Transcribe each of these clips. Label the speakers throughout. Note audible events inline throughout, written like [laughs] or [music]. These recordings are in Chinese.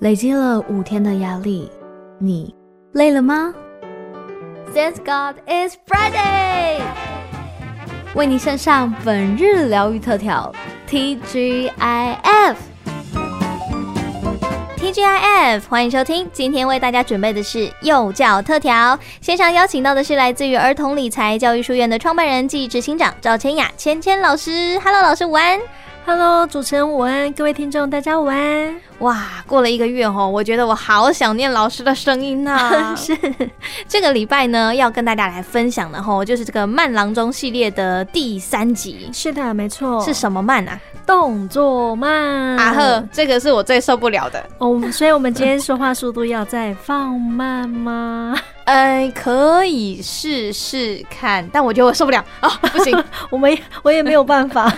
Speaker 1: 累积了五天的压力，你累了吗
Speaker 2: ？Thank God it's Friday！
Speaker 1: 为你献上本日疗愈特调 TGIF。
Speaker 2: TGIF，欢迎收听。今天为大家准备的是幼教特调，线上邀请到的是来自于儿童理财教育书院的创办人暨执行长赵千雅千千老师。Hello，老师午安。
Speaker 3: Hello，主持人午安，各位听众大家午安。
Speaker 2: 哇，过了一个月哦，我觉得我好想念老师的声音呐、 [laughs]
Speaker 3: 啊。是，
Speaker 2: 这个礼拜呢要跟大家来分享的吼，就是这个慢郎中系列的第三集。
Speaker 3: 是的，没错。
Speaker 2: 是什么慢啊？
Speaker 3: 动作慢。
Speaker 2: 啊呵，这个是我最受不了的
Speaker 3: 哦。所以我们今天说话速度要再放慢吗？
Speaker 2: 嗯，可以试试看，但我觉得我受不了哦， [laughs] 不行，
Speaker 3: [laughs] 我们我也没有办法。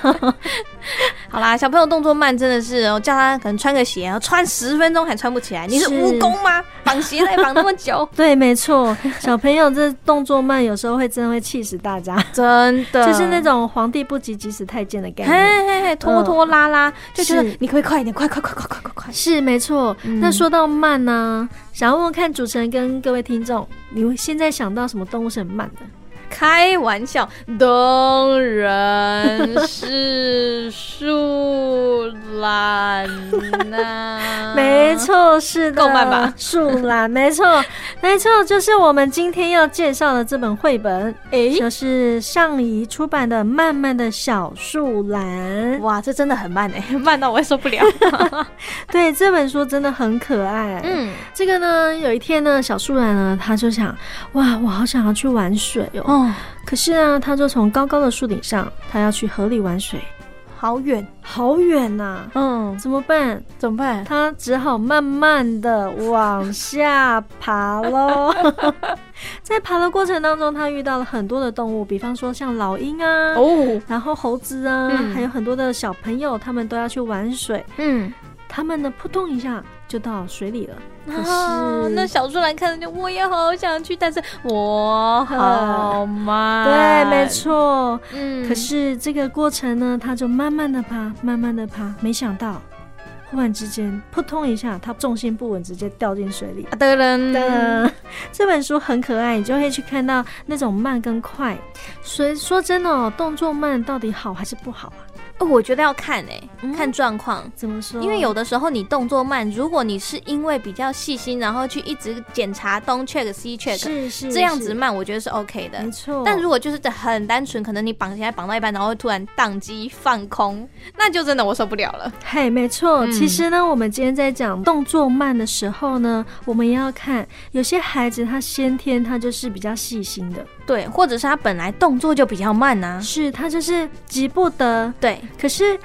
Speaker 2: 好啦，小朋友动作慢真的是，我叫他可能穿个鞋，穿十分钟还穿不起来，你是蜈蚣吗？绑鞋带绑那么久？
Speaker 3: [laughs] 对，没错，小朋友这动作慢，有时候会真的会气死大家，
Speaker 2: [laughs] 真的，
Speaker 3: 就是那种皇帝不急急死太监的概
Speaker 2: 念，嘿嘿嘿，拖拖拉拉，呃、就觉得你可不可以快一点，快快快快快快快，
Speaker 3: 是没错。嗯、那说到慢呢、啊，想要问问看主持人跟各位听众。你现在想到什么动物是很慢的？
Speaker 2: 开玩笑，当然是树懒 [laughs] 呐！
Speaker 3: 没错，是的，
Speaker 2: 嗯够慢吧？
Speaker 3: 树懒， [laughs] 没错，没错，就是我们今天要介绍的这本绘本，
Speaker 2: 诶、欸，
Speaker 3: 就是上仪出版的《慢慢的小树懒》。
Speaker 2: 哇，这真的很慢哎、欸， [laughs] 慢到我也受不了。
Speaker 3: 对，这本书真的很可爱。
Speaker 2: 嗯，
Speaker 3: 这个呢，有一天呢，小树懒呢，他就想，哇，我好想要去玩水哦。
Speaker 2: 哦
Speaker 3: 可是呢，他就从高高的树顶上，他要去河里玩水，
Speaker 2: 好远，
Speaker 3: 好远呐、
Speaker 2: 啊！嗯，
Speaker 3: 怎么办？
Speaker 2: 怎么办？
Speaker 3: 他只好慢慢的往下爬喽。 [laughs] 在爬的过程当中，他遇到了很多的动物，比方说像老鹰啊，
Speaker 2: 哦，
Speaker 3: 然后猴子啊，
Speaker 2: 嗯、
Speaker 3: 还有很多的小朋友，他们都要去玩水。
Speaker 2: 嗯，
Speaker 3: 他们呢，扑通一下就到水里了。可是、
Speaker 2: 啊、那小树懒看着就，我也好想去，但是我好慢。
Speaker 3: 对，没错。
Speaker 2: 啊嗯，
Speaker 3: 可是这个过程呢，它就慢慢的爬，慢慢的爬，没想到。忽然之间，扑通一下，他重心不稳，直接掉进水里。
Speaker 2: 啊，噔
Speaker 3: [laughs]
Speaker 2: 噔
Speaker 3: 噔！这本书很可爱，你就会去看到那种慢跟快。所以说真的、哦，动作慢到底好还是不好啊？
Speaker 2: 哦，我觉得要看诶、欸，嗯、看状况。
Speaker 3: 怎么说？
Speaker 2: 因为有的时候你动作慢，如果你是因为比较细心，然后去一直检查东 check 西 check，
Speaker 3: 是是
Speaker 2: 这样子慢，我觉得是 OK 的。
Speaker 3: 没错。
Speaker 2: 但如果就是很单纯，可能你绑起来绑到一半，然后突然宕机放空，那就真的我受不了了。
Speaker 3: 嘿，没错。嗯其实呢，我们今天在讲动作慢的时候呢，我们也要看有些孩子他先天他就是比较细心的，
Speaker 2: 对，或者是他本来动作就比较慢呐、啊，
Speaker 3: 是他就是急不得，
Speaker 2: 对。
Speaker 3: 可是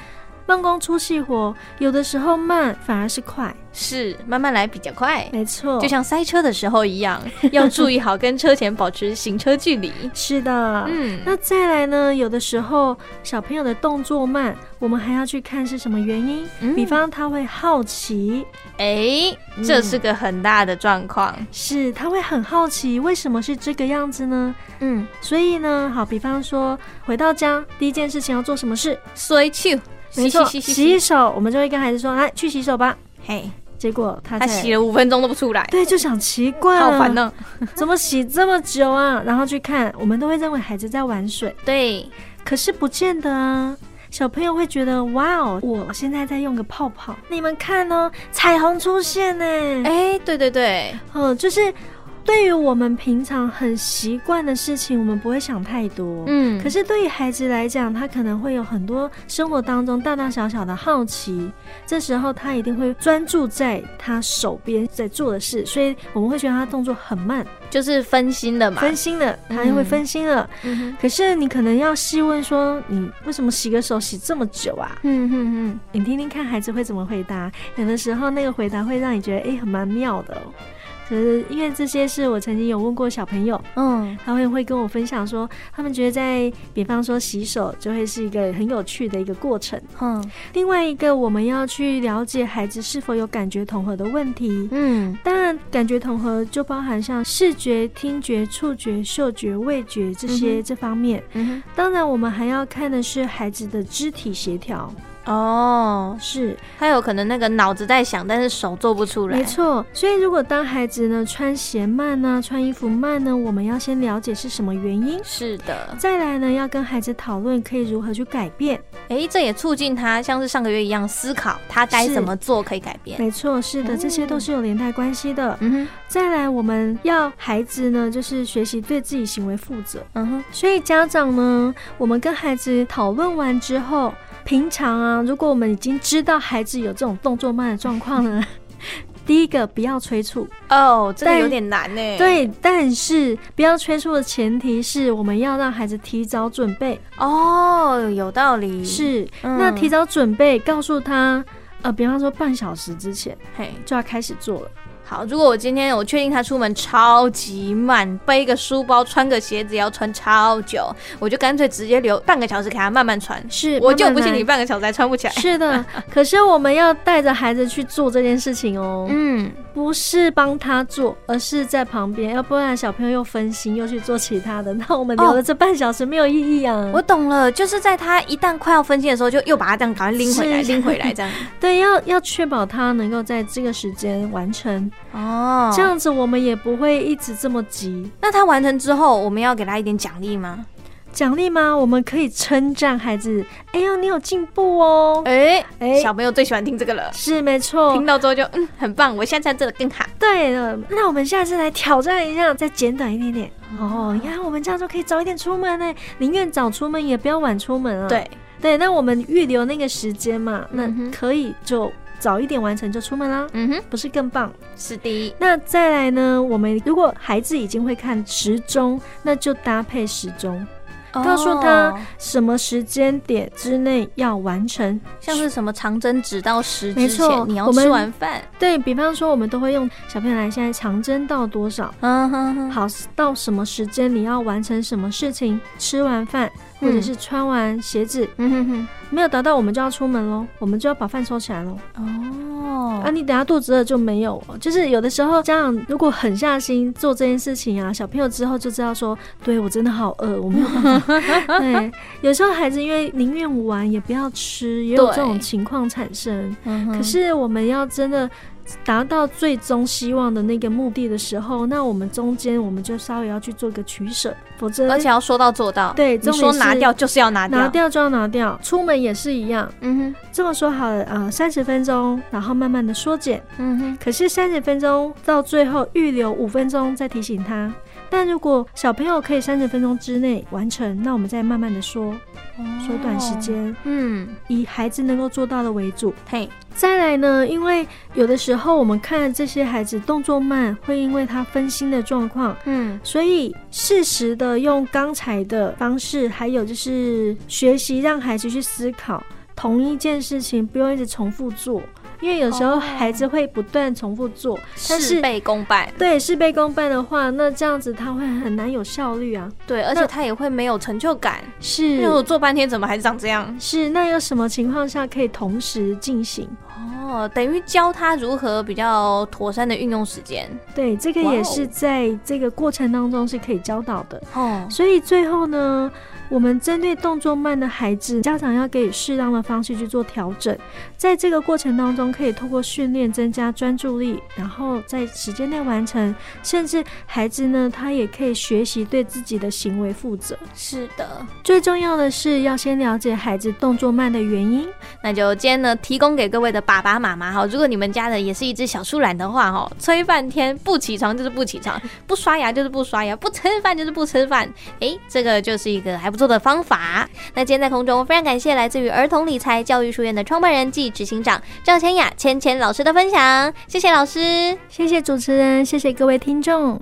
Speaker 3: 慢工出细活，有的时候慢反而是快，
Speaker 2: 是慢慢来比较快，
Speaker 3: 没错，
Speaker 2: 就像塞车的时候一样，要注意好跟车前保持行车距 [laughs] 离。
Speaker 3: 是的，
Speaker 2: 嗯，
Speaker 3: 那再来呢，有的时候小朋友的动作慢。我们还要去看是什么原因，嗯、比方他会好奇，嗯
Speaker 2: 哎、欸，这是个很大的状况、嗯，
Speaker 3: 是他会很好奇为什么是这个样子呢？
Speaker 2: 嗯，
Speaker 3: 所以呢，好，比方说回到家第一件事情要做什么事？
Speaker 2: 睡去，
Speaker 3: 没错，洗手，我们就会跟孩子说，来去洗手吧。
Speaker 2: 嘿，
Speaker 3: 结果他
Speaker 2: 他洗了五分钟都不出来，
Speaker 3: 对，就想奇怪，
Speaker 2: 好烦哦呢，
Speaker 3: 怎么洗这么久啊？然后去看，我们都会认为孩子在玩水，
Speaker 2: 对，
Speaker 3: 可是不见得啊。小朋友会觉得哇哦，我现在在用个泡泡，你们看哦，彩虹出现呢！
Speaker 2: 哎、欸，对对对，
Speaker 3: 嗯，就是对于我们平常很习惯的事情，我们不会想太多，
Speaker 2: 嗯。
Speaker 3: 可是对于孩子来讲，他可能会有很多生活当中大大小小的好奇，这时候他一定会专注在他手边在做的事，所以我们会觉得他动作很慢，
Speaker 2: 就是分心了嘛，
Speaker 3: 分心了，他也会分心了。
Speaker 2: 嗯嗯、
Speaker 3: 可是你可能要细问说，你为什么洗个手洗这么久啊？
Speaker 2: 嗯嗯嗯，
Speaker 3: 你听听看孩子会怎么回答。有的时候那个回答会让你觉得，哎、欸，很蛮妙的、哦。就是因为这些事，我曾经有问过小朋友，
Speaker 2: 嗯，
Speaker 3: 他会会跟我分享说，他们觉得在，比方说洗手，就会是一个很有趣的一个过程，
Speaker 2: 嗯。
Speaker 3: 另外一个，我们要去了解孩子是否有感觉统合的问题，
Speaker 2: 嗯，
Speaker 3: 当然，感觉统合就包含像视觉、听觉、触觉、嗅觉、味觉这些这方面，
Speaker 2: 嗯，嗯
Speaker 3: 当然，我们还要看的是孩子的肢体协调。
Speaker 2: 哦，
Speaker 3: 是，
Speaker 2: 他有可能那个脑子在想，但是手做不出来。
Speaker 3: 没，错。所以如果当孩子呢穿鞋慢呢、穿衣服慢呢，我们要先了解是什么原因，
Speaker 2: 是的。
Speaker 3: 再来呢要跟孩子讨论可以如何去改变。
Speaker 2: 哎，这也促进他像是上个月一样思考他该
Speaker 3: 是
Speaker 2: 怎么做可以改变。
Speaker 3: 没错，是的，这些都是有连带关系的。
Speaker 2: 嗯哼，
Speaker 3: 再来，我们要孩子呢，就是学习对自己行为负责。
Speaker 2: 嗯哼，
Speaker 3: 所以家长呢，我们跟孩子讨论完之后，平常啊，如果我们已经知道孩子有这种动作慢的状况呢， [laughs] 第一个不要催促，
Speaker 2: 哦，这个
Speaker 3: 但
Speaker 2: 有点难欸呢。，
Speaker 3: 对，但是不要催促的前提是我们要让孩子提早准备，
Speaker 2: 哦，有道理。，
Speaker 3: 是，
Speaker 2: 嗯
Speaker 3: 那提早准备，告诉他。呃，比方说半小时之前
Speaker 2: 嘿，
Speaker 3: 就要开始做了，
Speaker 2: 好，如果我今天我确定他出门超级慢，背个书包、穿个鞋子也要穿超久，我就干脆直接留半个小时给他慢慢穿。
Speaker 3: 是
Speaker 2: 我就不信
Speaker 3: 慢慢来
Speaker 2: 你 [laughs] 半个小时还穿不起来。
Speaker 3: 是的，可是我们要带着孩子去做这件事情哦，
Speaker 2: 嗯，
Speaker 3: 不是帮他做，而是在旁边，要不然小朋友又分心，又去做其他的， [laughs] 那我们留了这半小时没有意义啊。
Speaker 2: 哦我懂了，就是在他一旦快要分心的时候，就又把他这样赶快拎回来，
Speaker 3: 是
Speaker 2: 拎回来这 [laughs] 样。
Speaker 3: 对，要要确保他能够在这个时间完成，
Speaker 2: 哦
Speaker 3: 这样子我们也不会一直这么急。
Speaker 2: 那他完成之后，我们要给他一点奖励吗？
Speaker 3: 奖励吗？我们可以称赞孩子，哎呦，你有进步哦，
Speaker 2: 哎、
Speaker 3: 哎
Speaker 2: 小朋友最喜欢听这个了，
Speaker 3: 是没错
Speaker 2: 听，到之后就嗯，很棒，我下次要做的更好。
Speaker 3: 对了，那我们下次来挑战一下，再简短一点点。
Speaker 2: 嗯
Speaker 3: 哦，你看我们这样就可以早一点出门呢，宁愿早出门也不要晚出门啊。
Speaker 2: 对，
Speaker 3: 对，那我们预留那个时间嘛，那
Speaker 2: 嗯哼
Speaker 3: 可以就早一点完成就出门啦，
Speaker 2: 嗯哼，
Speaker 3: 不是更棒？
Speaker 2: 是的，
Speaker 3: 那再来呢，我们如果孩子已经会看时钟，那就搭配时钟，告诉他
Speaker 2: 哦
Speaker 3: 什么时间点之内要完成。
Speaker 2: 像是什么长针指到十
Speaker 3: 没
Speaker 2: 之
Speaker 3: 错
Speaker 2: 前，你要
Speaker 3: 我们
Speaker 2: 吃完饭。
Speaker 3: 对比方说，我们都会用小朋友来现在长针到多少，
Speaker 2: 嗯哼哼，
Speaker 3: 好，到什么时间你要完成什么事情？吃完饭或者
Speaker 2: 嗯
Speaker 3: 是穿完鞋子，
Speaker 2: 嗯哼
Speaker 3: 没有达到我们就要出门喽，我们就要把饭收起来喽。
Speaker 2: 哼， [laughs]
Speaker 3: 啊，
Speaker 2: 哦，
Speaker 3: 你等下肚子饿就没有哦。就是有的时候家长如果狠下心做这件事情啊，小朋友之后就知道说，对我真的好饿，我没有
Speaker 2: [laughs]
Speaker 3: 办法。对，有时候孩子因为宁愿玩也不要吃，也有这种
Speaker 2: 对
Speaker 3: 情况产生。
Speaker 2: 嗯哼
Speaker 3: 可是我们要真的达到最终希望的那个目的的时候，那我们中间我们就稍微要去做个取舍，否则
Speaker 2: 而且要说到做到。，
Speaker 3: 对，
Speaker 2: 你
Speaker 3: 重
Speaker 2: 说
Speaker 3: 点
Speaker 2: 拿
Speaker 3: 是
Speaker 2: 掉就是要拿掉。
Speaker 3: 拿掉就要拿掉，出门也是一样。
Speaker 2: 嗯
Speaker 3: 这么说好了，呃，三十分钟，然后慢慢的缩减。
Speaker 2: 哼，嗯哼，
Speaker 3: 可是三十分钟到最后预留五分钟再提醒他。但如果小朋友可以三十分钟之内完成，那我们再慢慢的说，缩短时
Speaker 2: 哦。
Speaker 3: 间，
Speaker 2: 嗯，
Speaker 3: 以孩子能够做到的为主。
Speaker 2: 嘿，
Speaker 3: 再来呢，因为有的时候我们看这些孩子动作慢，会因为他分心的状况，
Speaker 2: 嗯，
Speaker 3: 所以适时的用刚才的方式，还有就是学习让孩子去思考同一件事情，不用一直重复做，因为有时候
Speaker 2: 哦
Speaker 3: 孩子会不断重复做，但是
Speaker 2: 事倍功半。
Speaker 3: 对事倍功半的话，那这样子他会很难有效率啊。
Speaker 2: 对，而
Speaker 3: 那
Speaker 2: 且他也会没有成就感。因
Speaker 3: 是
Speaker 2: 为我做半天怎么还是长这样？
Speaker 3: 是，那有什么情况下可以同时进行？
Speaker 2: 哦，等于教他如何比较妥善的运用时间。
Speaker 3: 对，这个
Speaker 2: 哇
Speaker 3: 也
Speaker 2: 哦
Speaker 3: 是在这个过程当中是可以教导的。
Speaker 2: 哦，
Speaker 3: 所以最后呢，我们针对动作慢的孩子，家长要给予适当的方式去做调整。在这个过程当中，可以透过训练增加专注力，然后在时间内完成，甚至孩子呢，他也可以学习对自己的行为负责。
Speaker 2: 是的。
Speaker 3: 最重要的是要先了解孩子动作慢的原因。
Speaker 2: 那就今天呢，提供给各位的爸爸妈妈哈，如果你们家的也是一只小树懒的话哈，催半天不起床就是不起床，不刷牙就是不刷牙，不吃饭就是不吃饭，诶，这个就是一个还不错的方法。那今天在空中非常感谢来自于儿童理财教育书院的创办人暨执行长赵千雅千千老师的分享，谢谢老师。
Speaker 3: 谢谢主持人，谢谢各位听众。